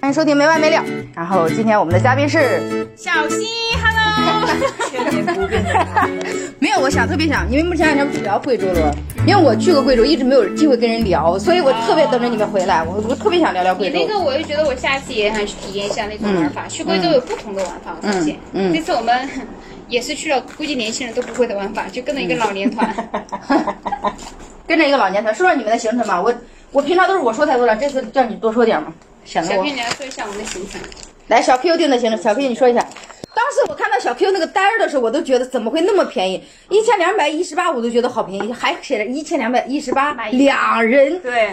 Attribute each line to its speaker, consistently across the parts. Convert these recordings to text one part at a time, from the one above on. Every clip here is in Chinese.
Speaker 1: 欢迎收听没完没了。然后今天我们的嘉宾 是，
Speaker 2: 小溪，Hello，
Speaker 3: 千年不变的他，
Speaker 1: 没有，我想特别想，因为前两天不是聊贵州了吗，因为我去过贵州，一直没有机会跟人聊，所以我特别等着你们回来，我我特别想聊聊
Speaker 2: 你
Speaker 1: 贵州
Speaker 2: 那。个我就觉得我下次也想去体验一下那种玩法。去贵州有不同的玩法，我发现。
Speaker 1: 嗯嗯嗯
Speaker 2: 这次我们也是去了，估计年轻人都不会的玩法，就跟着一个老年团。
Speaker 1: 嗯 跟着一个老年团，说说你们的行程吧。我我平常都是我说太多了，这次让你多说点嘛，显得
Speaker 2: 小
Speaker 1: 我
Speaker 2: 片，你来说一下我们的行程。
Speaker 1: 来小 Q 定的行程，小 Q 你说一下。当时我看到小 Q 那个单儿的时候，我都觉得怎么会那么便宜，一千两百一十八，我都觉得好便宜，还写着一千两百一十八两人。
Speaker 2: 对，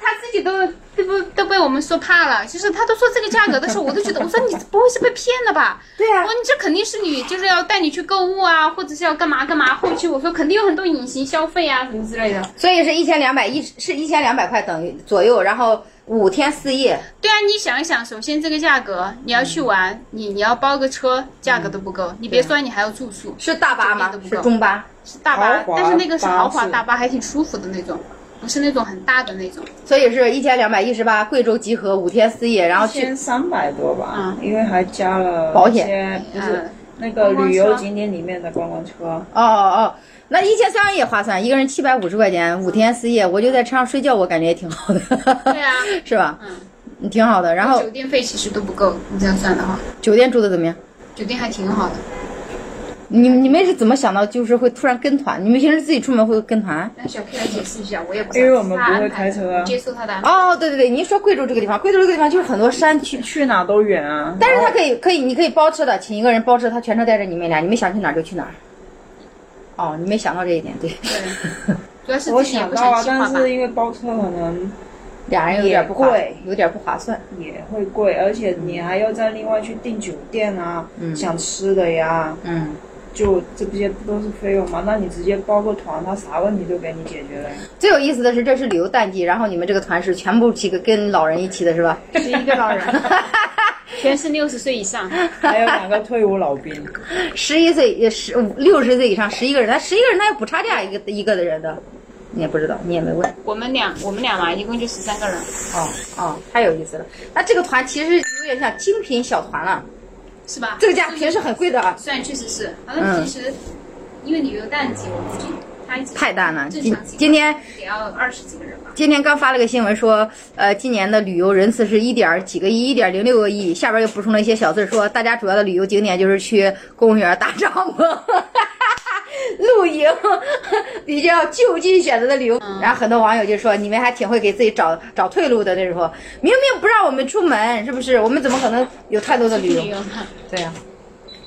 Speaker 2: 他自己都都不都被我们说怕了，就是他都说这个价格的时候，我都觉得，我说你不会是被骗了吧？
Speaker 1: 对啊
Speaker 2: 我说你这肯定是你就是要带你去购物啊，或者是要干嘛干嘛。后期我说肯定有很多隐形消费啊，什么之类的。
Speaker 1: 所以是一千两百一，是一千两百块等于左右，然后五天四夜，
Speaker 2: 对啊，你想一想，首先这个价格，你要去玩，你你要包个车，价格都不
Speaker 3: 嗯
Speaker 2: 够，你别说你还要住宿，
Speaker 1: 是大巴吗
Speaker 2: 这个都？不
Speaker 1: 是
Speaker 2: 够
Speaker 1: 中巴？
Speaker 2: 是大巴
Speaker 3: 豪，华
Speaker 2: 但是那个是豪华
Speaker 3: 巴士
Speaker 2: 大巴，还挺舒服的那种，不是那种很大的那种。
Speaker 1: 所以是一千两百一十八，贵州集合五天四夜，然后
Speaker 3: 一
Speaker 1: 去
Speaker 3: 千三百多吧
Speaker 2: 嗯，
Speaker 3: 因为还加了
Speaker 1: 保
Speaker 3: 一
Speaker 1: 险
Speaker 3: 些，不是
Speaker 2: 嗯
Speaker 3: 那个
Speaker 2: 观光
Speaker 3: 旅游
Speaker 2: 车
Speaker 3: 景点里面的观光车。
Speaker 1: 哦哦哦，那一千三也划算，一个人七百五十块钱，五天四夜，我就在车上睡觉，我感觉也挺好的，
Speaker 2: 对啊，
Speaker 1: 是吧？
Speaker 2: 嗯，
Speaker 1: 嗯，挺好的。然
Speaker 3: 哦
Speaker 1: 后
Speaker 2: 酒店费其实都不够，你这样算的话，
Speaker 1: 酒店住的怎么样？
Speaker 2: 酒店还挺好的。
Speaker 1: 你你们是怎么想到就是会突然跟团？你们平时自己出门会跟团？
Speaker 2: 让小 K 来解释一下，我也不
Speaker 3: 因为我们不会开车啊
Speaker 2: 接受他的安排。
Speaker 1: 哦，对对对，你一说贵州这个地方，贵州这个地方就是很多山区，
Speaker 3: 去哪都远啊，
Speaker 1: 但是他可以可以，你可以包车的，请一个人包车，他全程带着你们俩，你们想去哪儿就去哪儿。哦，你没想到这一点，对，
Speaker 2: 对，主要是
Speaker 3: 我
Speaker 2: 自己也
Speaker 3: 想
Speaker 2: 不
Speaker 3: 到
Speaker 2: 想，
Speaker 3: 啊
Speaker 2: 计划
Speaker 3: 但
Speaker 2: 吧。
Speaker 3: 是因为包车可能
Speaker 1: 俩人有点不划
Speaker 3: 也贵，
Speaker 1: 有点不划算。
Speaker 3: 也会贵，而且你还要再另外去订酒店啊，
Speaker 1: 嗯
Speaker 3: 想吃的呀，
Speaker 1: 嗯，
Speaker 3: 就这不些不都是费用吗？那你直接包个团，他啥问题都给你解决了呀。
Speaker 1: 最有意思的是，这是旅游淡季，然后你们这个团是全部几个跟老人一起的，是吧？
Speaker 2: 十一个老人，全是六十岁以上。
Speaker 3: 还有两个退伍老兵，
Speaker 1: 十一岁也十六十岁以上十一个人，那十一个人那也不差这样一个一个的人的，你也不知道，你也没问。
Speaker 2: 我们俩，我们俩嘛，一共就十三个人。
Speaker 1: 哦哦，太有意思了。那这个团其实有点像精品小团了，
Speaker 2: 是吧？
Speaker 1: 这个价平时很贵的啊。
Speaker 2: 虽然确实是，反正其实因为旅游淡季，我估计它一直
Speaker 1: 太淡了
Speaker 2: 正
Speaker 1: 今
Speaker 2: 常情况
Speaker 1: 今天
Speaker 2: 得要二十几个人吧。
Speaker 1: 今天刚发了个新闻说，呃，今年的旅游人次是一点儿几个亿，一点零六个亿，下边又补充了一些小字儿说，大家主要的旅游景点就是去公园搭帐 篷。露营比较就近选择的旅游，然后很多网友就说你们还挺会给自己找找退路的。那时候明明不让我们出门，是不是？我们怎么可能有太多的旅游？
Speaker 2: 游嘛，
Speaker 1: 对呀、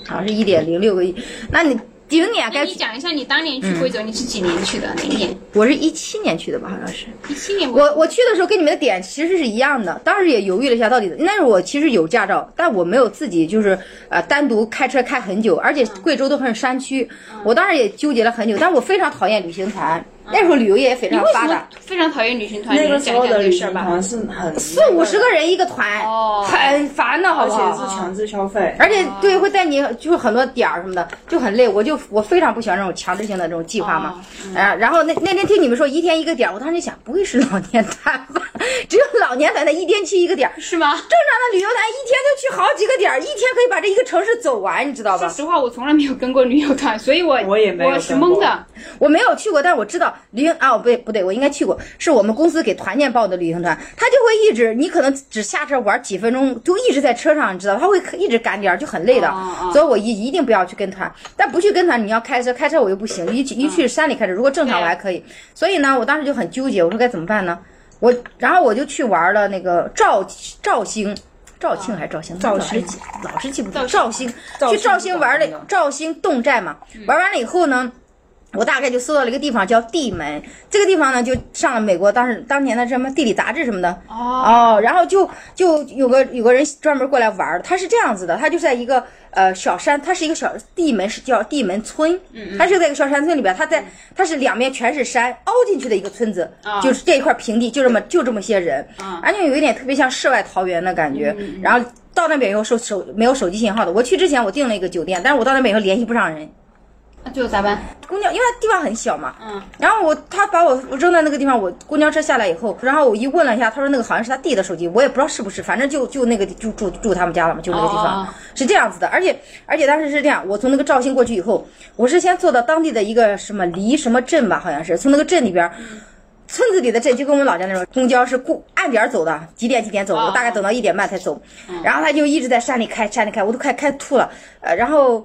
Speaker 1: 好像是一点零六个亿。那你景点
Speaker 2: 那
Speaker 1: 该
Speaker 2: 你讲一下你当年去贵州，你是几年去的？哪一年？
Speaker 1: 我是一七年去的吧，好像是。
Speaker 2: 一七年
Speaker 1: 我我去的时候跟你们的点其实是一样的，当时也犹豫了一下，到底那是我其实有驾照，但我没有自己就是呃单独开车开很久，而且贵州都很山区，我当时也纠结了很久，但我非常讨厌旅行团，那时候旅游业也非
Speaker 2: 你
Speaker 1: 常
Speaker 2: 为什
Speaker 1: 发达
Speaker 2: 么，非常讨厌旅行团？
Speaker 3: 那
Speaker 2: 你
Speaker 3: 个
Speaker 2: 讲
Speaker 3: 时候
Speaker 2: 讲这
Speaker 3: 的
Speaker 2: 个
Speaker 3: 旅
Speaker 2: 事
Speaker 3: 行
Speaker 2: 儿吧
Speaker 3: 团。是很
Speaker 1: 四五十个人一个团，
Speaker 2: 哦
Speaker 1: 很烦的好
Speaker 3: 而
Speaker 1: 不
Speaker 3: 且
Speaker 1: 好？
Speaker 3: 是强制消费，
Speaker 1: 而且对会带你就是很多点儿什么的，就很累。我就我非常不喜欢这种强制性的这种计划嘛
Speaker 2: 哦。
Speaker 1: 啊，然后那那天听你们说一天一个点儿，我当时想不会是老年团吧？ 只有老年团的一天去一个点儿，
Speaker 2: 是吗？
Speaker 1: 正常的旅游团一天都去好几个点儿，一天可以把这一个城市走完，你知道
Speaker 2: 说
Speaker 1: 吧？
Speaker 2: 实话，我从来没有跟过旅游团，所以我
Speaker 3: 我也没有
Speaker 2: 我是
Speaker 3: 跟过
Speaker 2: 懵的。
Speaker 1: 我没有去过，但我知道旅行啊，不不对，我应该去过，是我们公司给团建报的旅行团，他就会一直，你可能只下车玩几分钟，就一直在车上，你知道，他会一直赶点儿，就很累的。
Speaker 2: 哦哦
Speaker 1: 所以我一一定不要去跟团，但不去跟团，你要开车，开车我又不行，一去一去山里开车，如果正常
Speaker 2: 对
Speaker 1: 我还可以。所以呢，我当时就很纠结，我说该怎么办呢？我然后我就去玩了那个肇肇兴。肇庆还是啊肇兴？
Speaker 3: 肇
Speaker 1: 老是
Speaker 3: 庆
Speaker 1: 记，老是记不住。
Speaker 2: 肇
Speaker 1: 肇兴
Speaker 3: 肇
Speaker 1: 去
Speaker 3: 兴
Speaker 1: 肇兴玩
Speaker 3: 广
Speaker 1: 了嗯
Speaker 3: 东
Speaker 1: 肇兴侗寨嘛，玩完了以后呢，我大概就搜到了一个地方叫地门，这个地方呢就上了美国当时当年的什么地理杂志什么的
Speaker 2: 哦，
Speaker 1: 哦，然后就就有个有个人专门过来玩儿，他是这样子的，他就在一个呃小山，它是一个小地门是叫地门村，它是在一个小山村里边，它在它是两边全是山凹进去的一个村子，
Speaker 2: 啊
Speaker 1: 就是这一块平地就这么就这么些人，
Speaker 2: 啊
Speaker 1: 而且有一点特别像世外桃源的感觉，然后。到那边以后手手没有手机信号的，我去之前我订了一个酒店，但是我到那边以后联系不上人，
Speaker 2: 那最后咋办？
Speaker 1: 公交，因为它地方很小嘛。
Speaker 2: 嗯。
Speaker 1: 然后我他把我我扔在那个地方，我公交车下来以后，然后我一问了一下，他说那个好像是他弟的手机，我也不知道是不是，反正就就那个就住住他们家了嘛，就那个地方、
Speaker 2: 哦
Speaker 1: 是这样子的。而且而且当时是这样，我从那个肇兴过去以后，我是先坐到当地的一个什么黎什么镇吧，好像是从那个镇里边。
Speaker 2: 嗯
Speaker 1: 村子里的镇就跟我们老家那种公交是固按点儿走的，几点几点走，
Speaker 2: 哦
Speaker 1: 我大概等到一点半才走。
Speaker 2: 嗯
Speaker 1: 然后他就一直在山里开，山里开，我都快开吐了。呃，然后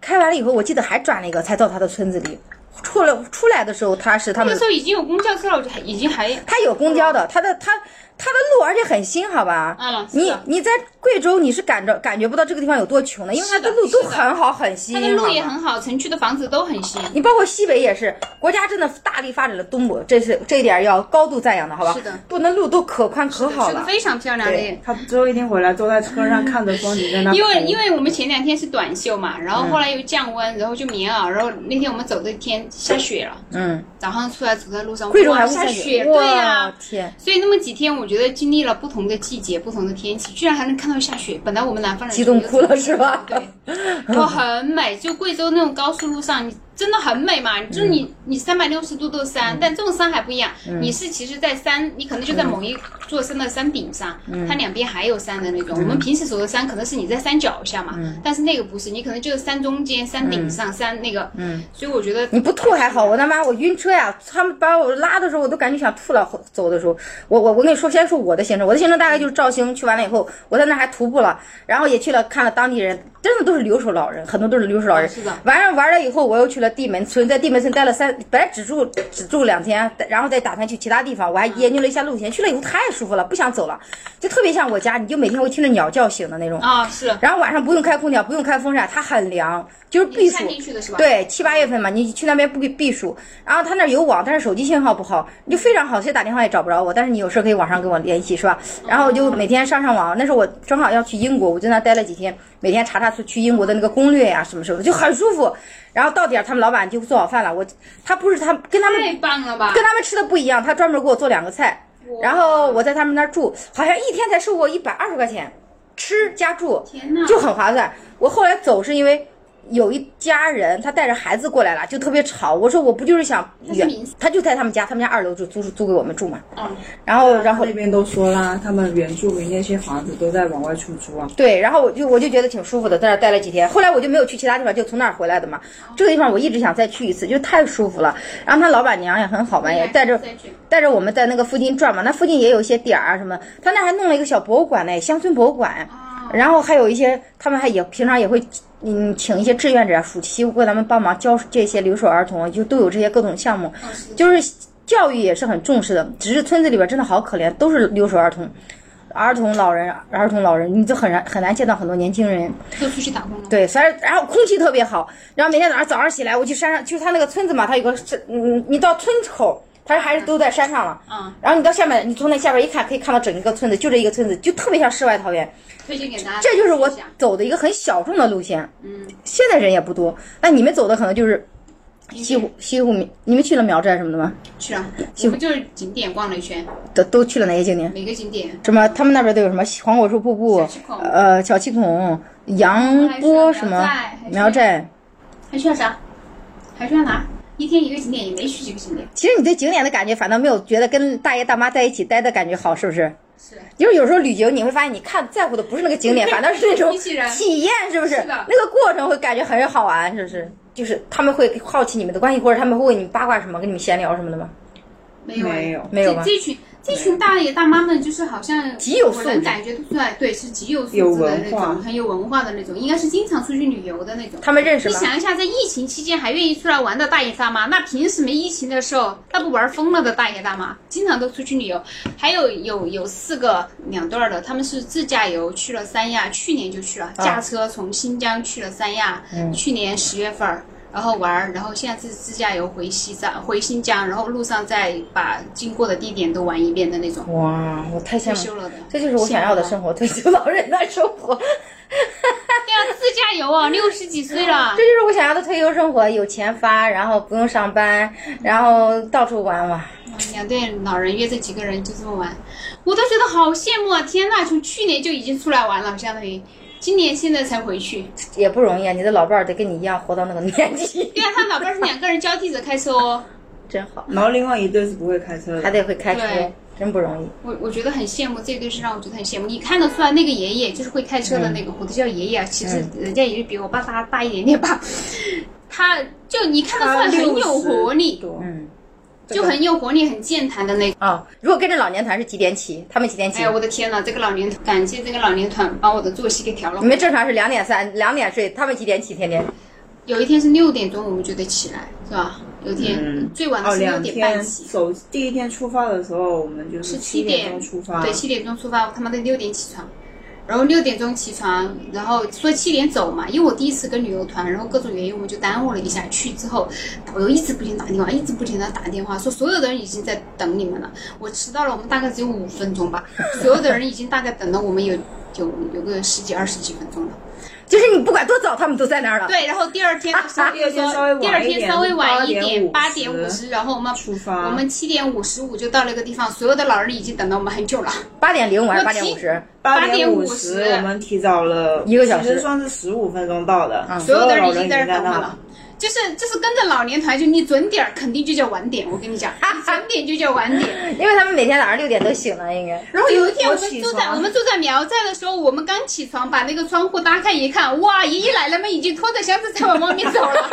Speaker 1: 开完了以后，我记得还转了一个，才到他的村子里。出来出来的时候，他是他
Speaker 2: 那
Speaker 1: 们
Speaker 2: 个时候嗯已经有公交车了，我就还已经还
Speaker 1: 他有公交的，他的他他的路而且很新，好吧？
Speaker 2: 嗯是
Speaker 1: 你
Speaker 2: 的
Speaker 1: 你在贵州你是感着感觉不到这个地方有多穷的，因为他
Speaker 2: 是的
Speaker 1: 路都
Speaker 2: 是的
Speaker 1: 很好很新，
Speaker 2: 它的路也
Speaker 1: 好吗
Speaker 2: 很好，城区的房子都很新。
Speaker 1: 你包括西北也是，国家真的大力发展了东部，这是这一点要高度赞扬的，好吧？
Speaker 2: 是的
Speaker 1: 不，那路都可宽可好
Speaker 2: 修的
Speaker 1: 了。
Speaker 2: 非常漂亮的耶，
Speaker 3: 他最后一天回来，坐在车上看着风 景，在那
Speaker 1: 啊
Speaker 3: 哭
Speaker 2: 因为因为我们前两天是短袖嘛，然后后
Speaker 1: 嗯
Speaker 2: 来又降温，然后就棉袄，然后那天我们走的天下雪了，
Speaker 1: 嗯，
Speaker 2: 早上出来走在路上，
Speaker 1: 贵州
Speaker 2: 哇
Speaker 1: 还会
Speaker 2: 下
Speaker 1: 雪，
Speaker 2: 对呀、
Speaker 1: 哇天，
Speaker 2: 所以那么几天，我觉得经历了不同的季节、不同的天气，居然还能看到下雪。本来我们南方人
Speaker 1: 激动哭了是吧
Speaker 2: 对，
Speaker 1: 嗯
Speaker 2: 然后很美，就贵州那种高速路上，你真的很美嘛。就是
Speaker 1: 嗯
Speaker 2: 你、你三百六十度都是山，但这种山还不一样，你是其实，在山，你可能就在某一座山的山顶上，
Speaker 1: 嗯
Speaker 2: 它两边还有山的那种。我们平时走的山，可能是你在山脚下嘛，
Speaker 1: 嗯
Speaker 2: 但是那个不是，你可能就是山中间、山顶上、山那个。嗯，所以我觉得
Speaker 1: 你不吐还好，我他妈我晕车呀！他们把我拉的时候，我都感觉想吐了。走的时候，我我我跟你说，先说我的行程，我的行程大概就是肇兴去完了以后，我在那还徒步了，然后也去了看了当地人，真的都是留守老人，很多都是留守老人。
Speaker 2: 是的
Speaker 1: 晚上玩了以后，我又去了地门村，在地门村待了三，本来只住只住两天，然后再打算去其他地方。我还研究了一下路线，去了以后太舒服了，不想走了，就特别像我家，你就每天会听着鸟叫醒的那种。
Speaker 2: 啊、是
Speaker 1: 然后晚上不用开空调，不用开风扇，它很凉，就是避暑
Speaker 2: 山。进去的啊是吧？
Speaker 1: 对，七八月份嘛，你去那边不避避暑，然后他那儿有网，但是手机信号不好，你就非常好，谁打电话也找不着我，但是你有事可以网上跟我联系，是吧？然后我就每天上上网，那时候我正好要去英国，我就在那待了几天，每天查查去去英国的那个攻略呀、什么什么的，就很舒服。然后到点儿，他们老板就做好饭了，我他不是他跟他们
Speaker 2: 太棒了吧！
Speaker 1: 跟他们吃的不一样，他专门给我做两个菜，然后我在他们那儿住，好像一天才收我一百二十块钱，吃加住，
Speaker 2: 天呐
Speaker 1: 就很划算。我后来走是因为。有一家人，他带着孩子过来了，就特别吵。我说我不就是想
Speaker 2: 是
Speaker 1: 远
Speaker 2: 民宿，
Speaker 1: 他就在他们家，他们家二楼就租租给我们住嘛。
Speaker 2: 嗯，
Speaker 1: 然后，然后
Speaker 3: 那边都说啦，他们原住民那些房子都在往外出租啊。
Speaker 1: 对，然后我就我就觉得挺舒服的，在那儿待了几天。后来我就没有去其他地方，就从那儿回来的嘛。
Speaker 2: 哦
Speaker 1: 这个地方我一直想再去一次，就太舒服了。然后他老板娘也很好嘛，也带着
Speaker 2: 再去
Speaker 1: 带着我们在那个附近转嘛，那附近也有一些点儿啊什么，他那还弄了一个小博物馆呢，乡村博物馆，
Speaker 2: 哦
Speaker 1: 然后还有一些他们还也平常也会嗯请一些志愿者暑期为咱们帮忙教这些留守儿童，就都有这些各种项目，就是教育也是很重视的，只是村子里边真的好可怜，都是留守儿童。儿童、老人、儿童、老人，你就很难很难见到很多年轻人。
Speaker 2: 都出去打工了。
Speaker 1: 对，反正然后空气特别好，然后每天早上早上起来，我去山上，就是他那个村子嘛，他有个是，嗯，你到村口，他还是都在山上了，
Speaker 2: 嗯，
Speaker 1: 然后你到下面，你从那下边一看，可以看到整个村子，就这一个村子，就特别像世外桃源。
Speaker 2: 推荐给大家。
Speaker 1: 这就是我
Speaker 2: 试一下
Speaker 1: 走的一个很小众的路线，嗯，现在人也不多，那你们走的可能就是西
Speaker 2: 嗯
Speaker 1: 湖西湖民，你们去了苗寨什么的吗？
Speaker 2: 去了，我们就是景点逛了一圈，
Speaker 1: 都都去了哪些景点？
Speaker 2: 每个景点
Speaker 1: 什么？他们那边都有什么黄果树瀑布
Speaker 2: 小七孔，
Speaker 1: 呃，小七孔、杨波嗯什么
Speaker 2: 还有
Speaker 1: 苗
Speaker 2: 苗寨还
Speaker 1: 寨。
Speaker 2: 是还去了啥？还去了哪？一天一个景点也没去几个景点，
Speaker 1: 其实你对景点的感觉反倒没有觉得跟大爷大妈在一起待的感觉好，是不是？
Speaker 2: 是
Speaker 1: 就是有时候旅行你会发现，你看在乎的不是那个景点，反倒是那种
Speaker 2: 机器人
Speaker 1: 体验，是不是？
Speaker 2: 是的
Speaker 1: 那个过程会感觉很好玩，是不是？就是他们会好奇你们的关系，或者他们会为你们八卦什么，跟你们闲聊什么的吗？
Speaker 2: 没有
Speaker 3: 没有
Speaker 1: 没有吧
Speaker 2: 这这群这群大爷大妈们就是好像
Speaker 1: 极有素
Speaker 2: 我
Speaker 1: 质
Speaker 2: 能感觉得出来，对，是极有素
Speaker 3: 有
Speaker 2: 质的那
Speaker 3: 文化
Speaker 2: 种，很有文化的那种，应该是经常出去旅游的那种。
Speaker 1: 他们认识
Speaker 2: 你
Speaker 1: 吗？
Speaker 2: 想一下，在疫情期间还愿意出来玩的大爷大妈，那平时没疫情的时候，那不玩疯了的大爷大妈，经常都出去旅游。还有有有四个两对儿的，他们是自驾游去了三亚，去年就去了，
Speaker 1: 啊
Speaker 2: 驾车从新疆去了三亚，
Speaker 1: 嗯
Speaker 2: 去年十月份儿。然后玩儿，然后现在是自驾游回西藏，回新疆，然后路上再把经过的地点都玩一遍的那种，
Speaker 1: 哇，我太
Speaker 2: 退
Speaker 1: 羡慕
Speaker 2: 休
Speaker 1: 了。
Speaker 2: 了的。
Speaker 1: 嗯这就是我想要的生活，退休老人的生活，
Speaker 2: 对啊，自驾游啊，六十几岁了
Speaker 1: 这，就是我想要的退休生活，有钱发，然后不用上班，然后到处玩哇。
Speaker 2: 两对老人约着几个人就这么玩，我都觉得好羡慕啊！天呐，从去年就已经出来玩了，相当于今年现在才回去。
Speaker 1: 也不容易啊，你的老伴儿得跟你一样活到那个年 纪，
Speaker 2: 对啊，他老伴儿是两个人交替着开车哦，
Speaker 1: 真好，
Speaker 3: 然后另外一对是不会开车
Speaker 1: 还
Speaker 3: 的，
Speaker 1: 得会开车
Speaker 2: 对，
Speaker 1: 真不容易。
Speaker 2: 我我觉得很羡慕这一对是让我觉得很羡慕。你看得出来，那个爷爷就是会开车的那个，我都叫爷爷啊，其实人家也就比我爸大大一点点吧。他就你看得出来很有活力，
Speaker 3: 多，
Speaker 1: 嗯，
Speaker 2: 就很有活力、很健谈的那个。
Speaker 1: 啊、如果跟着老年团是几点起？他们几点
Speaker 2: 哎
Speaker 1: 起？
Speaker 2: 呀，我的天呐，这个老年感谢这个老年团把我的作息给调了
Speaker 1: 你。们正常是两点三两点睡，他们几点起？天天
Speaker 2: 有一天是六点钟我们就得起来，是吧？有一天、
Speaker 3: 嗯
Speaker 2: 最晚的
Speaker 3: 哦，
Speaker 2: 是六
Speaker 3: 两
Speaker 2: 点半
Speaker 3: 天
Speaker 2: 起。
Speaker 3: 首第一天出发的时候，我们就是
Speaker 2: 是七
Speaker 3: 点
Speaker 2: 点
Speaker 3: 钟出发，
Speaker 2: 对，七点钟出发，我他妈的六点起床，然后六点钟起床，然后说七点走嘛，因为我第一次跟旅游团，然后各种原因我们就耽误了一下。去之后，导游一直不停打电话，一直不停的打电话，说所有的人已经在等你们了。我迟到了，我们大概只有五分钟吧，所有的人已经大概等了我们有有有个十几二十几分钟了。
Speaker 1: 就是你不管多早，他们都在那儿了。
Speaker 2: 对，然后第二天的时候
Speaker 3: 第二天稍微晚一
Speaker 2: 第
Speaker 3: 点
Speaker 2: 二天稍微晚一点，八
Speaker 3: 8:50
Speaker 2: 点五十，然后我们
Speaker 3: 出发
Speaker 2: 我们七点五十五就到那个地方，所有的老人已经等到我们很久了。
Speaker 1: 八点零五还是八
Speaker 2: 我
Speaker 1: 点
Speaker 2: 提
Speaker 1: 五十？
Speaker 2: 8
Speaker 3: 点
Speaker 2: 点
Speaker 3: 五
Speaker 2: 50
Speaker 3: 十，我们提早了
Speaker 1: 一个小时嗯
Speaker 3: 其实算是十五分钟到的，
Speaker 2: 所有
Speaker 3: 有
Speaker 2: 的人
Speaker 3: 老
Speaker 2: 已经
Speaker 3: 已
Speaker 2: 在
Speaker 3: 在
Speaker 2: 这等我
Speaker 3: 那
Speaker 2: 了。。就是就是跟着老年团，就你准点儿肯定就叫晚点，我跟你讲，你准点就叫晚点。
Speaker 1: 因为他们每天早上六点都醒了，应该。
Speaker 2: 然后有一天
Speaker 3: 我
Speaker 2: 我们
Speaker 3: 起
Speaker 2: 住在
Speaker 3: 床
Speaker 2: 我们住在苗寨的时候，我们刚起床，把那个窗户打开一看，哇，爷爷奶奶们已经拖着箱子在往外面走了，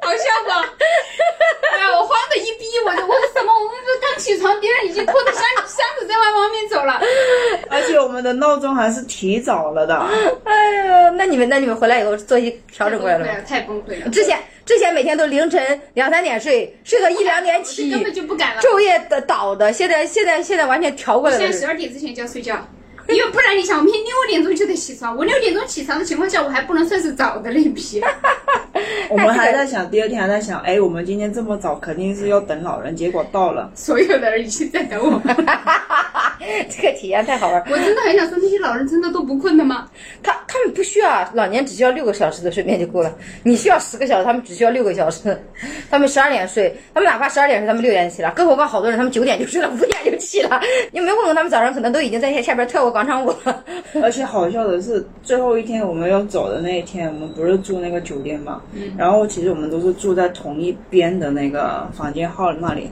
Speaker 2: 好笑不？哎呀，我慌的一逼，我就我怎么我们不是刚起床，别人已经拖着箱箱子在外往面走了。
Speaker 3: 而且我们的闹钟还是提早了的，
Speaker 1: 哎呀，那你们那你们回来以后作息调整过来了吗？
Speaker 2: 太崩溃了，
Speaker 1: 之前之前每天都凌晨两三点睡，睡到一两点起，
Speaker 2: 根本就不敢了。
Speaker 1: 昼夜的倒的。现在现在现在完全调过来
Speaker 2: 现在十
Speaker 1: 了。
Speaker 2: 二点之前就要睡觉，因为不然你想，我明天六点钟就得起床，我六点钟起床的情况下，我还不能算是早的那一批。
Speaker 3: 我们还在想，第二天还在 想，哎，我们今天这么早肯定是要等老人，结果到 了，
Speaker 2: 所有的人已经在等我，
Speaker 1: 这个体验太好玩儿。
Speaker 2: 我真的很想说，那些老人真的都不困的吗？
Speaker 1: 他他们不需要老年只需要六个小时的睡眠就够了，你需要十个小时，他们只需要六个小时。 他们十二点睡，他们哪怕十二点睡，他们六点起了。更何况好多人他们九点就睡了，五点就起了。你没问过他们早上可能都已经在下边跳过广场舞了。
Speaker 3: 而且好笑的是，最后一天我们要走的那一天，我们不是住那个酒店嘛，然后其实我们都是住在同一边的那个房间号那里。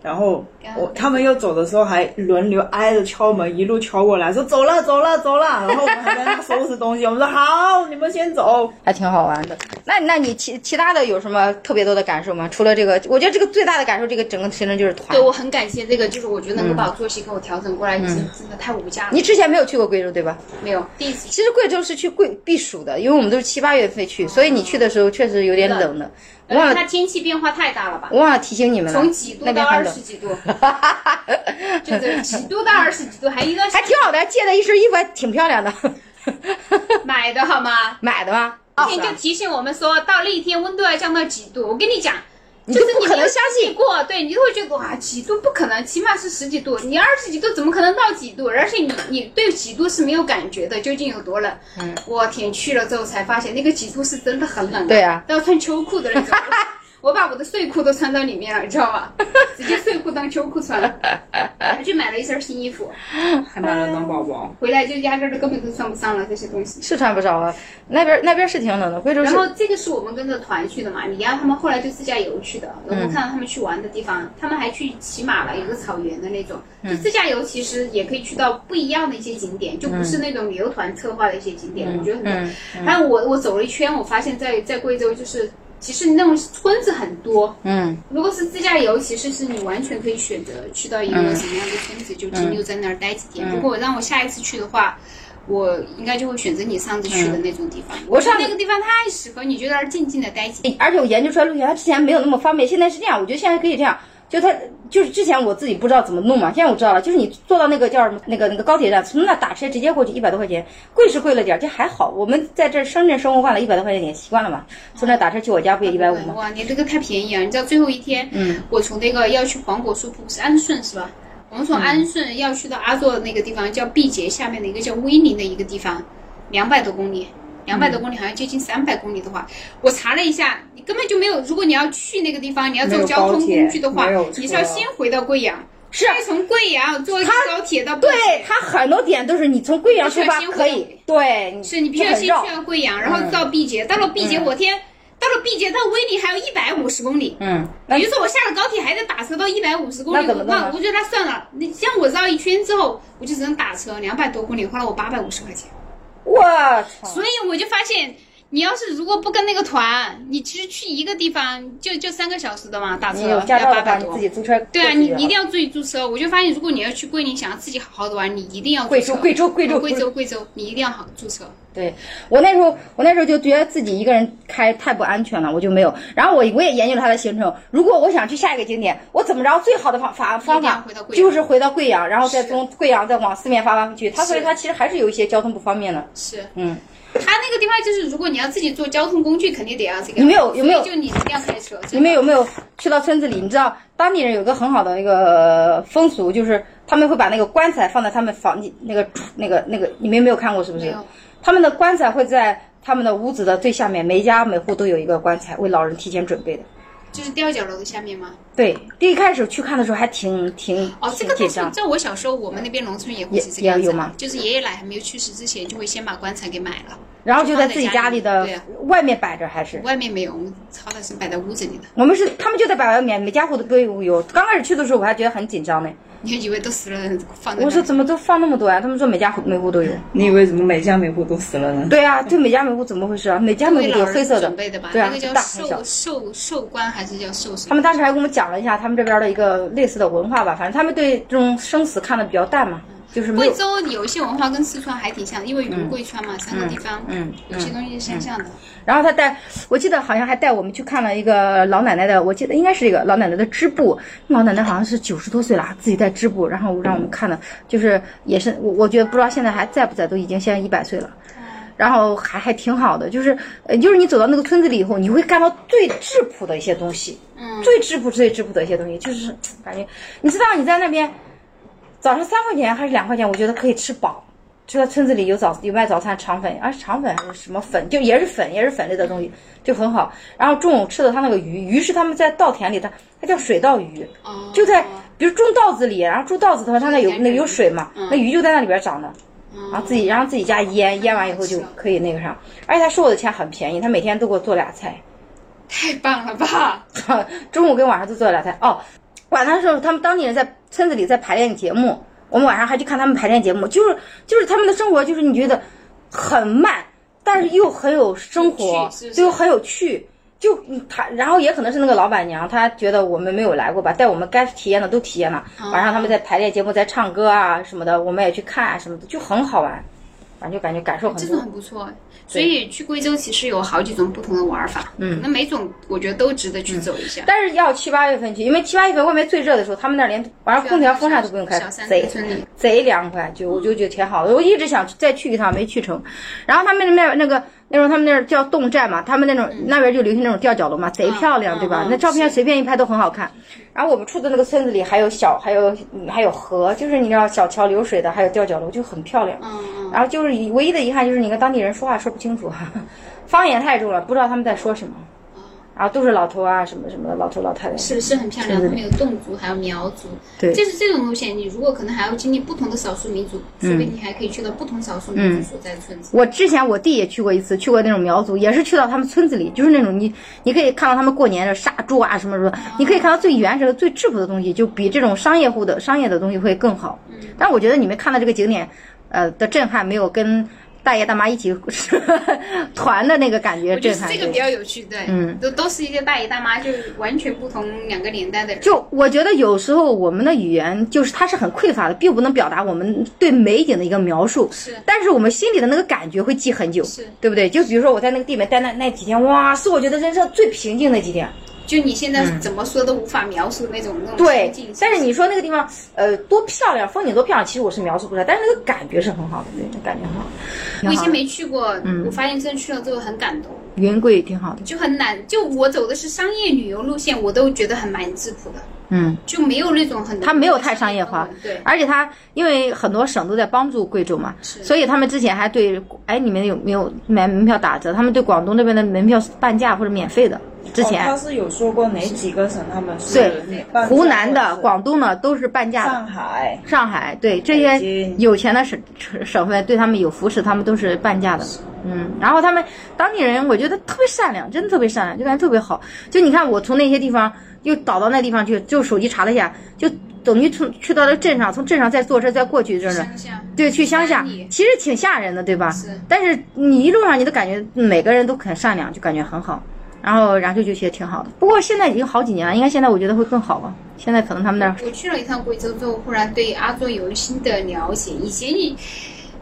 Speaker 3: 然后我他们要走的时候还轮流挨着敲门，一路敲过来说走了走了走了，然后我们还在那收拾东西，我们说好，你们先走。
Speaker 1: 还挺好玩的。那那你其其他的有什么特别多的感受吗？除了这个，我觉得这个最大的感受，这个整个行程就是团
Speaker 2: 对，。我很感谢这个，就是我觉得能够把我作息给我调整过来，已经真的太无价了
Speaker 1: 你。之前没有去过贵州对吧？
Speaker 2: 没有，第一次
Speaker 1: 其实贵州是去贵避暑的，因为我们都是七八月份去，所以你去的时候确实有点冷的。我忘
Speaker 2: 而且
Speaker 1: 了
Speaker 2: 它天气变化太大了吧？
Speaker 1: 我忘了提醒你们了
Speaker 2: 从几，度
Speaker 1: 那
Speaker 2: 到
Speaker 1: 边还
Speaker 2: 二
Speaker 1: 冷
Speaker 2: 十，几度，就这几度到二十几度，还一段 时
Speaker 1: 还挺好的，借的一身衣服还挺漂亮的，
Speaker 2: 买的好吗？
Speaker 1: 买的吗？
Speaker 2: 那
Speaker 1: 哦
Speaker 2: 天就提醒我们说，到那一天温度要降到几度。我跟你讲，
Speaker 1: 你
Speaker 2: 就
Speaker 1: 就是不可
Speaker 2: 没
Speaker 1: 能
Speaker 2: 有
Speaker 1: 相
Speaker 2: 经历
Speaker 1: 信，
Speaker 2: 过，对你就会觉得哇，几度不可能，起码是十几度，
Speaker 1: 嗯
Speaker 2: 你二十几度怎么可能到几度？而且你你对几度是没有感觉的，究竟有多冷？嗯，我天，去了之后才发现那个几度是真的很冷、
Speaker 1: 对啊，
Speaker 2: 都要穿秋裤的 那种。我把我的睡裤都穿到里面了，你知道吧？直接睡裤当秋裤穿了，还去买了一身新衣服，
Speaker 3: 还买了暖宝宝，
Speaker 2: 回来就压根儿都根本都穿不上了这些东西。
Speaker 1: 是穿不着啊。那边那边是挺冷的，贵州
Speaker 2: 然
Speaker 1: 是
Speaker 2: 后这个是我们跟着团去的嘛，李阳他们后来就自驾游去的，然后看到他们去玩的地方，他们还去骑马了，有个草原的那种。就自驾游其实也可以去到不一样的一些景点，就不是那种旅游团策划的一些景点，我觉得很多。还有我我走了一圈，我发现在在贵州就是。其实那种村子很多，
Speaker 1: 嗯，
Speaker 2: 如果是自驾游，其实是你完全可以选择去到一个什么样的村子，就停留在那儿待几天。如果让我下一次去的话，我应该就会选择你上次去的那种地方。我上那个地方太适合你，就在那儿静静的待几天。
Speaker 1: 而且我研究出来路线，它之前没有那么方便，现在是这样，我觉得现在可以这样。就它就是之前我自己不知道怎么弄嘛，现在我知道了，就是你坐到那个叫什么那个那个高铁站，从那打车直接过去，一百多块钱，贵是贵了点儿，这还好。我们在这儿深圳生活惯了，一百多块钱也习惯了嘛。从那打车去我家不也一百五吗？
Speaker 2: 哇，你这个太便宜啊了！你知道最后一天，嗯，我从那个要去黄果树瀑布是安顺是吧？我们从安顺要去到阿作的那个地方叫毕节下面的一个叫威宁的一个地方，两百多公里，两百多公里好像接近三百公里的话，我查了一下，你根本就没有。如果你要去那个地方，你要
Speaker 3: 没
Speaker 2: 坐
Speaker 3: 有
Speaker 2: 交
Speaker 3: 高
Speaker 2: 通
Speaker 3: 铁
Speaker 2: 工具的话
Speaker 3: 没有，
Speaker 2: 你是要
Speaker 3: 车
Speaker 2: 先回到贵阳，
Speaker 1: 是啊
Speaker 2: 可以从贵阳坐高铁到
Speaker 1: 对
Speaker 2: 对
Speaker 1: 它很多点都是你从贵阳出发
Speaker 2: 你必须要
Speaker 1: 可
Speaker 2: 先
Speaker 1: 以
Speaker 2: 回，
Speaker 1: 对，你
Speaker 2: 是你必须要
Speaker 1: 很
Speaker 2: 先去
Speaker 1: 绕
Speaker 2: 到贵阳，然后到毕节，到了毕节，我天，到了毕节到威宁还有一百五十公里。
Speaker 1: 嗯，那
Speaker 2: 也就是说，我下了高铁还得打车到一百五十公里，
Speaker 1: 那怎么
Speaker 2: 我
Speaker 1: 弄啊
Speaker 2: 那我觉得算了，你像我绕一圈之后，我就只能打车，两百多公里，花了我八百五十块钱。
Speaker 1: 我操，
Speaker 2: 所以我就发现，你要是如果不跟那个团，你其实去一个地方就就三个小时的嘛，打车
Speaker 1: 你有
Speaker 2: 要
Speaker 1: 驾照
Speaker 2: 八
Speaker 1: 的话，
Speaker 2: 百
Speaker 1: 你
Speaker 2: 多
Speaker 1: 自。己租车，
Speaker 2: 对啊，
Speaker 1: 自己
Speaker 2: 你
Speaker 1: 就
Speaker 2: 你一定
Speaker 1: 好
Speaker 2: 要注意租车。我就发现，如果你要去桂林，想要自己好好的玩，你一定要租
Speaker 1: 贵州
Speaker 2: 车
Speaker 1: 贵州贵州
Speaker 2: 哦
Speaker 1: 不
Speaker 2: 贵
Speaker 1: 是
Speaker 2: 州贵州，你一定要好租车。
Speaker 1: 对我那时候，我那时候就觉得自己一个人开太不安全了，我就没有。然后我我也研究了他的行程，如果我想去下一个景点，我怎么着最好的方法方
Speaker 2: 一定要
Speaker 1: 法
Speaker 2: 回到贵阳
Speaker 1: 就是回到贵阳，然后再从贵阳再往四面八方去。他所以他其实还是有一些交通不方便的。
Speaker 2: 是，
Speaker 1: 嗯，
Speaker 2: 他那个地方就是，如果你要自己坐交通工具，肯定得要这个。
Speaker 1: 你们有有没有
Speaker 2: 所以就你一定要开车。
Speaker 1: 你们有没有去到村子里？你知道当地人有个很好的那个风俗，就是他们会把那个棺材放在他们房间那个那个那个，你们没有看过是不
Speaker 2: 没
Speaker 1: 是
Speaker 2: 有？
Speaker 1: 他们的棺材会在他们的屋子的最下面，每家每户都有一个棺材，为老人提前准备的。
Speaker 2: 就是吊脚楼的下面吗？
Speaker 1: 对，第一开始去看的时候还挺挺
Speaker 2: 哦，这
Speaker 1: 挺
Speaker 2: 个
Speaker 1: 紧
Speaker 2: 东西
Speaker 1: 张，
Speaker 2: 在我小时候，我们那边农村也会
Speaker 1: 也
Speaker 2: 是这个样
Speaker 1: 也有
Speaker 2: 子
Speaker 1: 吗
Speaker 2: 的，就是爷爷奶奶还没有去世之前，就会先把棺材给买了，
Speaker 1: 然后就在自己家里的
Speaker 2: 对啊
Speaker 1: 外面摆着，还是
Speaker 2: 外面没有，我们好歹是摆在屋子里的。
Speaker 1: 我们是他们就在摆外面，每家户都各有有。刚开始去的时候我还觉得很紧张呢，
Speaker 2: 你就以为都死了人放在那
Speaker 1: 我
Speaker 2: 儿
Speaker 1: 说怎么都放那么多呀、啊他们说每家户每户都有。
Speaker 3: 你以为怎么每家每户都死了呢？
Speaker 1: 对啊，对每家每户怎么回事啊？每家每
Speaker 2: 为
Speaker 1: 户都
Speaker 2: 老
Speaker 1: 有
Speaker 2: 人
Speaker 1: 黑色的
Speaker 2: 准备的吧，，
Speaker 1: 对啊
Speaker 2: 那个，叫
Speaker 1: 大很小
Speaker 2: 寿。寿寿棺还是叫寿什么？
Speaker 1: 他们当时还给我们讲了一下他们这边的一个类似的文化吧，反正他们对这种生死看的比较淡嘛，就是没
Speaker 2: 贵
Speaker 1: 有
Speaker 2: 州有一些文化跟四川还挺像，因为云贵川嘛，三个地方，
Speaker 1: 嗯
Speaker 2: 有些东西是相像的。
Speaker 1: 然后他带，我记得好像还带我们去看了一个老奶奶的，我记得应该是一个老奶奶的织布。老奶奶好像是九十多岁了，自己带织布，然后让我们看的，就是也是我我觉得不知道现在还在不在，都已经现在一百岁了。然后还还挺好的，就是呃，就是你走到那个村子里以后，你会看到最质朴的一些东西，
Speaker 2: 嗯
Speaker 1: 最质朴、最质朴的一些东西，就是感觉，你知道你在那边早上三块钱还是两块钱，我觉得可以吃饱。就在村子里有早有卖早餐肠粉，而肠粉还是什么粉，就也是粉，也是粉类的东西，就很好。然后中午吃的他那个鱼，鱼是他们在稻田里的，它叫水稻鱼，
Speaker 2: 哦，
Speaker 1: 就在比如种稻子里，然后种稻子的话，它那有那个有水嘛，那鱼就在那里边长的。然后自己然后自己家腌，腌完以后就可以那个啥，而且他收我的钱很便宜，他每天都给我做俩菜，
Speaker 2: 太棒了吧！
Speaker 1: 中午跟晚上都做俩菜。哦，晚上的时候他们当地人在村子里在排练节目，我们晚上还去看他们排练节目，就是就是他们的生活就是你觉得很慢，但是又很有生活
Speaker 2: 有趣是，不是
Speaker 1: 又很有趣。就嗯他，然后也可能是那个老板娘，她觉得我们没有来过吧，带我们该体验的都体验了。
Speaker 2: 嗯
Speaker 1: 晚上他们在排练节目，在唱歌啊什么的，我们也去看啊什么的，就很好玩，反正就感觉感受很
Speaker 2: 这
Speaker 1: 多
Speaker 2: 哎种。很不错，所以去贵州其实有好几种不同的玩法，嗯，那每种我觉得都值得
Speaker 1: 嗯
Speaker 2: 去走一下。
Speaker 1: 但是要七八月份去，因为七八月份外面最热的时候，他们那儿连晚上空调、风扇都不用开
Speaker 2: 小，山
Speaker 1: 贼
Speaker 2: 村里
Speaker 1: 贼凉快，
Speaker 2: 嗯
Speaker 1: 就我就觉得挺好的。我一直想去再去一趟，没去成。然后他们那边那个那时候他们那儿叫侗寨嘛，他们那种、那边就流行那种吊脚楼嘛，贼漂亮，
Speaker 2: 嗯
Speaker 1: 对吧？
Speaker 2: 嗯
Speaker 1: 那照片随便一拍都很好看。然后我们住的那个村子里还有小还有嗯还有河，就是你知道小桥流水的，还有吊脚楼，就很漂亮。
Speaker 2: 嗯嗯，
Speaker 1: 然后就是以唯一的遗憾就是你跟当地人说话说不清楚， 方言太重了，不知道他们在说什么。然后都是老头啊什么什么的，老头老太太。
Speaker 2: 是不是很漂亮？他们有侗族，还有苗族，
Speaker 1: 对
Speaker 2: 就是这种路线。你如果可能还要经历不同的少数民族，说
Speaker 1: 嗯
Speaker 2: 不定你还可以去到不同少数民族所在的村子。
Speaker 1: 我之前我弟也去过一次，去过那种苗族，也是去到他们村子里，就是那种你你可以看到他们过年的杀猪啊什么什么，你可以看到最原始的、最质朴的东西，就比这种商业户的商业的东西会更好。
Speaker 2: 嗯
Speaker 1: 但我觉得你们看到这个景点，呃的震撼没有跟大爷大妈一起 团的那个感觉
Speaker 2: 我觉
Speaker 1: 震
Speaker 2: 得
Speaker 1: 撼。
Speaker 2: 这个比较有趣，对，
Speaker 1: 嗯
Speaker 2: 都都是一些大爷大妈，就是完全不同两个年代的人。
Speaker 1: 就我觉得有时候我们的语言就是它是很匮乏的，并不能表达我们对美景的一个描述。
Speaker 2: 是
Speaker 1: 但是我们心里的那个感觉会记很久，
Speaker 2: 是
Speaker 1: 对不对？就比如说我在那个地里面待那那几天，哇，是我觉得人生最平静的几天。
Speaker 2: 就你现在怎么说都无法描述那种那
Speaker 1: 嗯
Speaker 2: 种
Speaker 1: 对
Speaker 2: 心境。，
Speaker 1: 但是你说那个地方，呃，多漂亮，风景多漂亮，其实我是描述不出来，但是那个感觉是很好的，对，那感觉很好。嗯
Speaker 2: 我以前没去过，我发现真去了之后很感动。
Speaker 1: 云贵挺好的，
Speaker 2: 就很难。就我走的是商业旅游路线，我都觉得很蛮质朴的，
Speaker 1: 嗯，
Speaker 2: 就没有那种很
Speaker 1: 它没有太商业化，
Speaker 2: 对，
Speaker 1: 而且它因为很多省都在帮助贵州嘛，
Speaker 2: 是
Speaker 1: 所以他们之前还对，哎，你们有没有买门票打折？他们对广东这边的门票是半价或者免费的，之
Speaker 3: 哦
Speaker 1: 前、
Speaker 3: 他是有说过哪几个省他们是
Speaker 1: 对
Speaker 3: 半价
Speaker 1: 湖南的、
Speaker 3: 或者是
Speaker 1: 广东的都是半价的。
Speaker 3: 上海，
Speaker 1: 上海对这
Speaker 3: 北
Speaker 1: 些
Speaker 3: 京
Speaker 1: 有钱的省省省份对他们有扶持，他们都是半价的。嗯，然后他们当地人，我觉得特别善良，真的特别善良，就感觉特别好。就你看，我从那些地方又倒到那地方去，就手机查了一下，就等于从去到了镇上，从镇上再坐车再过去，真的
Speaker 2: 乡下
Speaker 1: 对，去乡下
Speaker 2: 山里，
Speaker 1: 其实挺吓人的，对吧？
Speaker 2: 是
Speaker 1: 但是你一路上你都感觉每个人都很善良，就感觉很好。然后，然后就觉得挺好的。不过现在已经好几年了，应该现在我觉得会更好吧。现在可能他们那儿
Speaker 2: 我去了一趟贵州之后，忽然对阿州有了新的了解。以前你，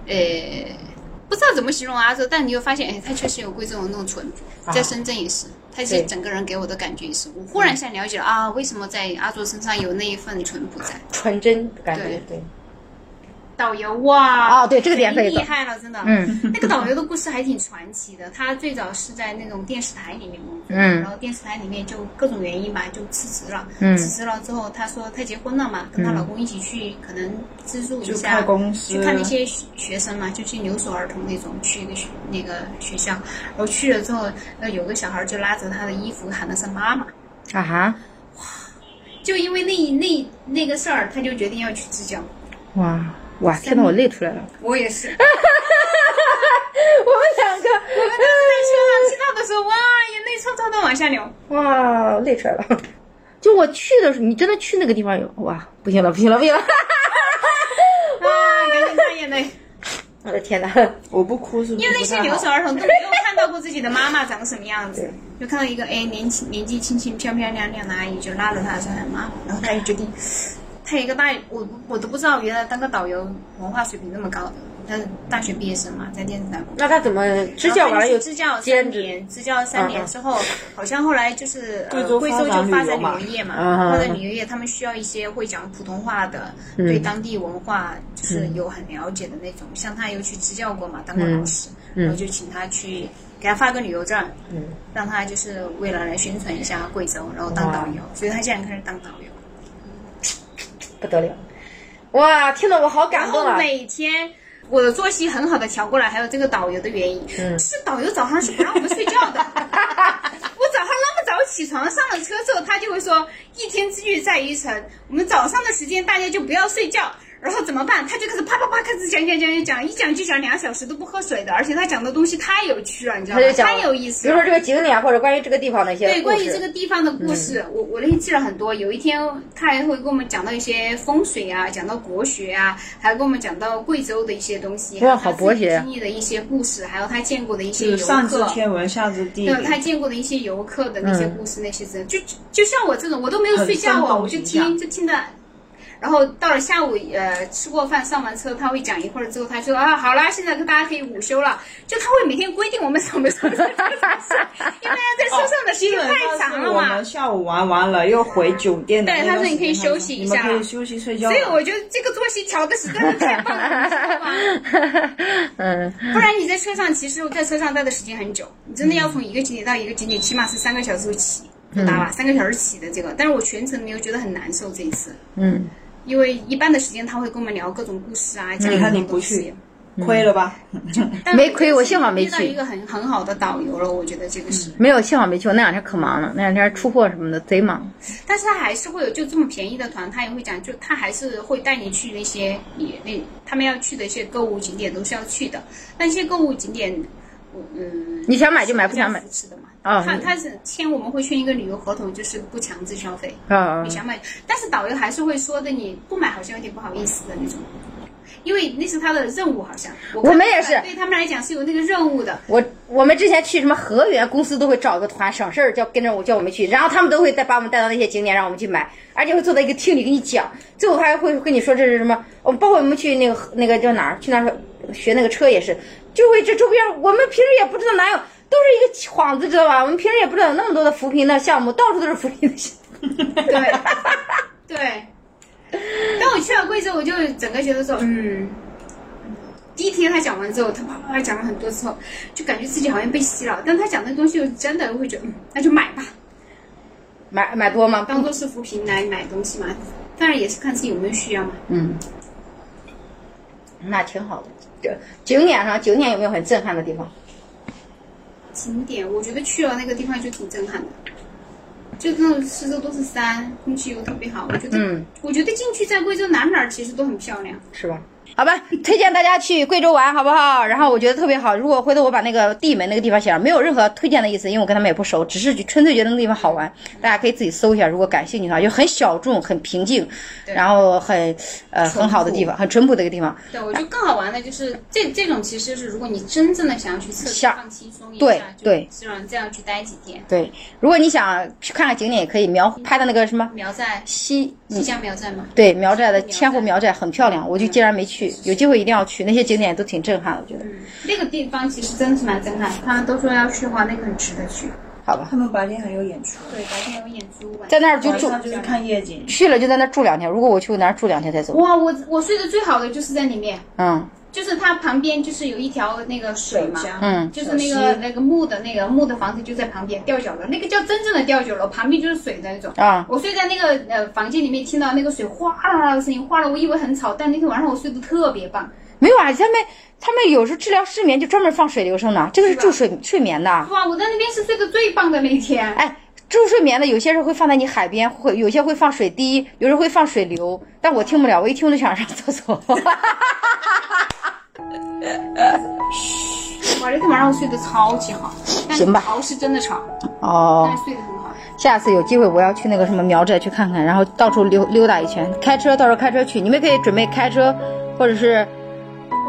Speaker 2: 呃，不知道怎么形容阿州，但你又发现，哎，它确实有贵州人那种淳朴，在深圳也是。它是
Speaker 3: 对
Speaker 2: 整个人给我的感觉也是，我忽然一下了解了啊，为什么在阿卓身上有那一份淳朴在。
Speaker 4: 纯真的感
Speaker 2: 对
Speaker 4: 觉，对，
Speaker 2: 导游哇，
Speaker 1: 哦对这个点可以
Speaker 2: 哎厉
Speaker 1: 的
Speaker 2: 害了，真的。
Speaker 1: 嗯，
Speaker 2: 那个导游的故事还挺传奇的。他最早是在那种电视台里面工作，
Speaker 1: 嗯
Speaker 2: 然后电视台里面就各种原因吧，就辞职了。
Speaker 1: 嗯
Speaker 2: 辞职了之后，她说她结婚了嘛，跟她老公一起去可能资助一
Speaker 3: 就
Speaker 2: 下
Speaker 3: 开公司
Speaker 2: 去看那些学学生嘛，就去留守儿童那种，去一个学那个学校。然后去了之后，呃，有个小孩就拉着她的衣服喊了声妈妈。
Speaker 1: 啊哈，
Speaker 2: 就因为那一那那个事儿，她就决定要去支教。
Speaker 1: 哇哇，天呐，我累出来 了。
Speaker 2: 我也是。
Speaker 1: 我们两个
Speaker 2: 在车上听到的时候，哇，眼泪唰唰的往下流。
Speaker 1: 哇，累出来了。 就我去的时候，你真的去那个地方有哇，不行了，不行了，不行 了！
Speaker 2: 哇，赶紧擦眼泪，
Speaker 1: 我的天哪！
Speaker 3: 我不哭是不 是
Speaker 2: 因为那
Speaker 3: 不
Speaker 2: 些
Speaker 3: 太
Speaker 2: 留
Speaker 3: 好
Speaker 2: 守儿童都没有看到过自己的妈妈长什么样子，就看到一个哎年轻年纪轻轻漂漂亮亮的阿姨，就拉着她说喊妈妈，然后她就决定，她有一个大我我都不知道，原来当个导游文化水平那么高的，她是大学毕业生嘛，在电视台工作。
Speaker 4: 那他怎么支教完了又
Speaker 2: 支教
Speaker 4: 兼
Speaker 2: 三
Speaker 4: 职？啊
Speaker 2: 年，支教三年之后，好像后来就是呃
Speaker 3: 贵州
Speaker 2: 贵州
Speaker 3: 发
Speaker 2: 就
Speaker 3: 展
Speaker 2: 发
Speaker 3: 旅
Speaker 2: 展
Speaker 3: 游嘛
Speaker 2: 旅游业
Speaker 4: 嗯
Speaker 2: 嘛，
Speaker 4: 嗯
Speaker 2: 发
Speaker 4: 嗯
Speaker 2: 展旅游业，他们需要一些会讲普通话的，对当地文化
Speaker 4: 嗯
Speaker 2: 就是有很了解的那种。像他有去支教过嘛，当过老师，
Speaker 4: 嗯
Speaker 2: 然后就请他去给他发个旅游证，让他就是为了来宣传一下贵州，然后当导游，所以他现在开始当导游。
Speaker 4: 不得了！哇，听得我好感
Speaker 2: 然
Speaker 4: 动
Speaker 2: 后
Speaker 4: 啊！
Speaker 2: 每天我的作息很好的调过来，还有这个导游的原因，
Speaker 4: 嗯
Speaker 2: 就是导游早上是不让我们睡觉 的。我早上那么早起床，上了车之后，他就会说一天之计在于晨，我们早上的时间大家就不要睡觉。然后怎么办？他就开始啪啪啪开始讲讲讲讲讲，一讲就讲两小时都不喝水的，而且他讲的东西太有趣了，你知道
Speaker 4: 他
Speaker 2: 吗
Speaker 4: 就？讲
Speaker 2: 太有意思
Speaker 4: 比如
Speaker 2: 了。
Speaker 4: 说这个景点或者关于这个地方的一些
Speaker 2: 对，关
Speaker 4: 故
Speaker 2: 于
Speaker 4: 事
Speaker 2: 这个地方的故事，
Speaker 1: 嗯
Speaker 2: 我我那天记了很多。有一天他还会跟我们讲到一些风水啊，讲到国学啊，还跟我们讲到贵州的一些东西，
Speaker 1: 哇
Speaker 2: 还有他
Speaker 1: 好博
Speaker 2: 自己
Speaker 1: 学啊
Speaker 2: 经历的一些故事，还有他见过的一些
Speaker 3: 就
Speaker 2: 游
Speaker 3: 是上知
Speaker 2: 客。
Speaker 3: 天文下知地
Speaker 2: 对，
Speaker 3: 理，
Speaker 2: 他见过的一些游客的那些故事，那些真的就就就像我这种，我都没有睡觉
Speaker 3: 嗯很生
Speaker 2: 哦，
Speaker 3: 动
Speaker 2: 我就
Speaker 3: 形象
Speaker 2: 听就听的。然后到了下午，呃，吃过饭上完车，他会讲一会儿之后，他说啊，好啦，现在大家可以午休了。就他会每天规定我们什么时候在车上睡， 因为在车上的时
Speaker 3: 基
Speaker 2: 间
Speaker 3: 哦本
Speaker 2: 太
Speaker 3: 上
Speaker 2: 长
Speaker 3: 是
Speaker 2: 了
Speaker 3: 我
Speaker 2: 嘛
Speaker 3: 们。下午玩完了又回酒店的
Speaker 2: 对
Speaker 3: 那
Speaker 2: 他说
Speaker 3: 段时间
Speaker 2: 你可以休息一下
Speaker 3: 你们可以休息睡觉。
Speaker 2: 所以我觉得这个作息调的实在是太棒了，你知道吗？
Speaker 1: 嗯，
Speaker 2: 不然你在车上，其实在车上待的时间很久，你真的要从一个景点到一个景点，起码是三个小时起，就
Speaker 1: 嗯
Speaker 2: 打吧，三个小时起的这个。但是我全程没有觉得很难受这一次，
Speaker 1: 嗯，
Speaker 2: 因为一般的时间他会跟我们聊各种故事啊，讲
Speaker 1: 嗯
Speaker 3: 你看
Speaker 2: 各
Speaker 3: 你
Speaker 2: 种
Speaker 3: 不
Speaker 2: 东西
Speaker 3: 去，
Speaker 2: 嗯
Speaker 3: 亏了吧？
Speaker 2: 但
Speaker 1: 没亏我幸好没
Speaker 2: 遇到
Speaker 1: 去嗯
Speaker 2: 一个很很好的导游了，我觉得这个是。
Speaker 1: 没有，幸好没去。我那两天可忙了，那两天出货什么的贼忙。
Speaker 2: 但是他还是会有就这么便宜的团，他也会讲，就他还是会带你去那些你那他们要去的一些购物景点都是要去的，那些购物景点，我嗯，
Speaker 1: 你想买就买不想买
Speaker 2: 是的嘛。
Speaker 1: 啊
Speaker 2: 他
Speaker 1: 嗯
Speaker 2: 他是签我们会签一个旅游合同，就是不强制消费，
Speaker 1: 啊
Speaker 2: 你想买，但是导游还是会说的，你不买好像有点不好意思的那种。因为那是他的任务，好像我
Speaker 1: 我
Speaker 2: 看
Speaker 1: 们也是
Speaker 2: 对他们来讲是有那个任务的。
Speaker 1: 我我们之前去什么河源公司都会找个团省事儿，叫跟着我叫我们去，然后他们都会带把我们带到那些景点让我们去买，而且会坐在一个厅里给你讲，最后还会跟你说这是什么，哦，包括我们去那个那个叫哪儿去那儿学那个车也是，就会这周边我们平时也不知道哪有，都是一个幌子知道吧？我们平时也不知道有那么多的扶贫的项目，到处都是扶贫的项目，
Speaker 2: 对，对。当我去了贵州，我就整个觉得说，嗯，第一天他讲完之后，他啪啪啪讲了很多之后，就感觉自己好像被洗脑，但他讲的东西又真的会觉得，嗯，那就买吧，
Speaker 1: 买买多吗？
Speaker 2: 当做是扶贫来买东西嘛。当然也是看自己有没有需要嘛。
Speaker 1: 嗯，那挺好的。这景点上，景点有没有很震撼的地方？
Speaker 2: 景点，我觉得去了那个地方就挺震撼的，就那种四周都是山，空气又特别好。我觉得，
Speaker 1: 嗯
Speaker 2: 我觉得进去在贵州哪哪儿其实都很漂亮。
Speaker 1: 是吧？好吧，推荐大家去贵州玩，好不好？然后我觉得特别好。如果回头我把那个地名那个地方写上，没有任何推荐的意思，因为我跟他们也不熟，只是纯粹觉得那个地方好玩。大家可以自己搜一下，如果感兴趣的话，就很小众、很平静，然后很呃很好的地方，很淳朴的一个地方。
Speaker 2: 对，我觉得更好玩的就是这这种，其实是如果你真正的想要去测试
Speaker 1: 想
Speaker 2: 放轻松一
Speaker 1: 对
Speaker 2: 下，就
Speaker 1: 对
Speaker 2: 基本上这样去待几天。
Speaker 1: 对，如果你想去看看景点，也可以苗拍的那个什么
Speaker 2: 苗寨，
Speaker 1: 嗯西
Speaker 2: 新疆苗寨嘛，
Speaker 1: 对苗寨的嗯
Speaker 2: 苗寨
Speaker 1: 千户苗寨很漂亮，我就竟然没去，有机会一定要去，那些景点都挺震撼的，我觉得。
Speaker 2: 那个地方其实真的是蛮震撼。他们都说要去的话，那个很值得去。
Speaker 1: 好吧，
Speaker 3: 他们白天还有演出，
Speaker 2: 对，白天有演出，晚
Speaker 1: 在那儿就
Speaker 3: 晚
Speaker 1: 住
Speaker 3: 上就是看夜景。
Speaker 1: 去了就在那儿住两天，如果我去，我在那儿住两天再走。
Speaker 2: 哇，我我睡得最好的就是在里面，
Speaker 1: 嗯
Speaker 2: 就是它旁边就是有一条那个水嘛，
Speaker 1: 嗯，
Speaker 2: 就是那个那个木的那个木的房子就在旁边吊脚楼，那个叫真正的吊脚楼，旁边就是水的那种。
Speaker 1: 啊，
Speaker 2: 我睡在那个呃房间里面，听到那个水哗啦啦的声音，哗啦，我以为很吵，但那天晚上我睡得特别棒。
Speaker 1: 没有啊，他们他们有时候治疗失眠就专门放水流声的，这个是
Speaker 2: 是吧
Speaker 1: 助睡睡眠的。
Speaker 2: 哇，我在那边是睡得最棒的那一天。
Speaker 1: 哎，助睡眠的有些人会放在你海边，会有些会放水滴，有人会放水流，但我听不了，我一听我就想上厕所。
Speaker 2: 哇，那天晚上我睡得超级好，但
Speaker 1: 行吧
Speaker 2: 吵是真的吵，
Speaker 1: 哦
Speaker 2: 但，是睡得很好。
Speaker 1: 下次有机会我要去那个什么苗寨去看看，然后到处溜溜达一圈，开车到时候开车去，你们可以准备开车，或者是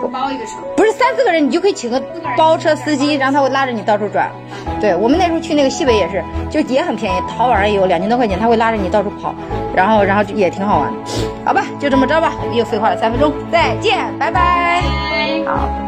Speaker 2: 我包一个床，
Speaker 1: 不是三四个人，你就可以请个包车司机，让他会拉着你到处转。对我们那时候去那个西北也是，就也很便宜，淘宝上也有两千多块钱，他会拉着你到处跑，然后然后就也挺好玩。好吧，就这么着吧，又废话了三分钟，再见，拜拜。
Speaker 2: 拜。
Speaker 1: 好，拜拜。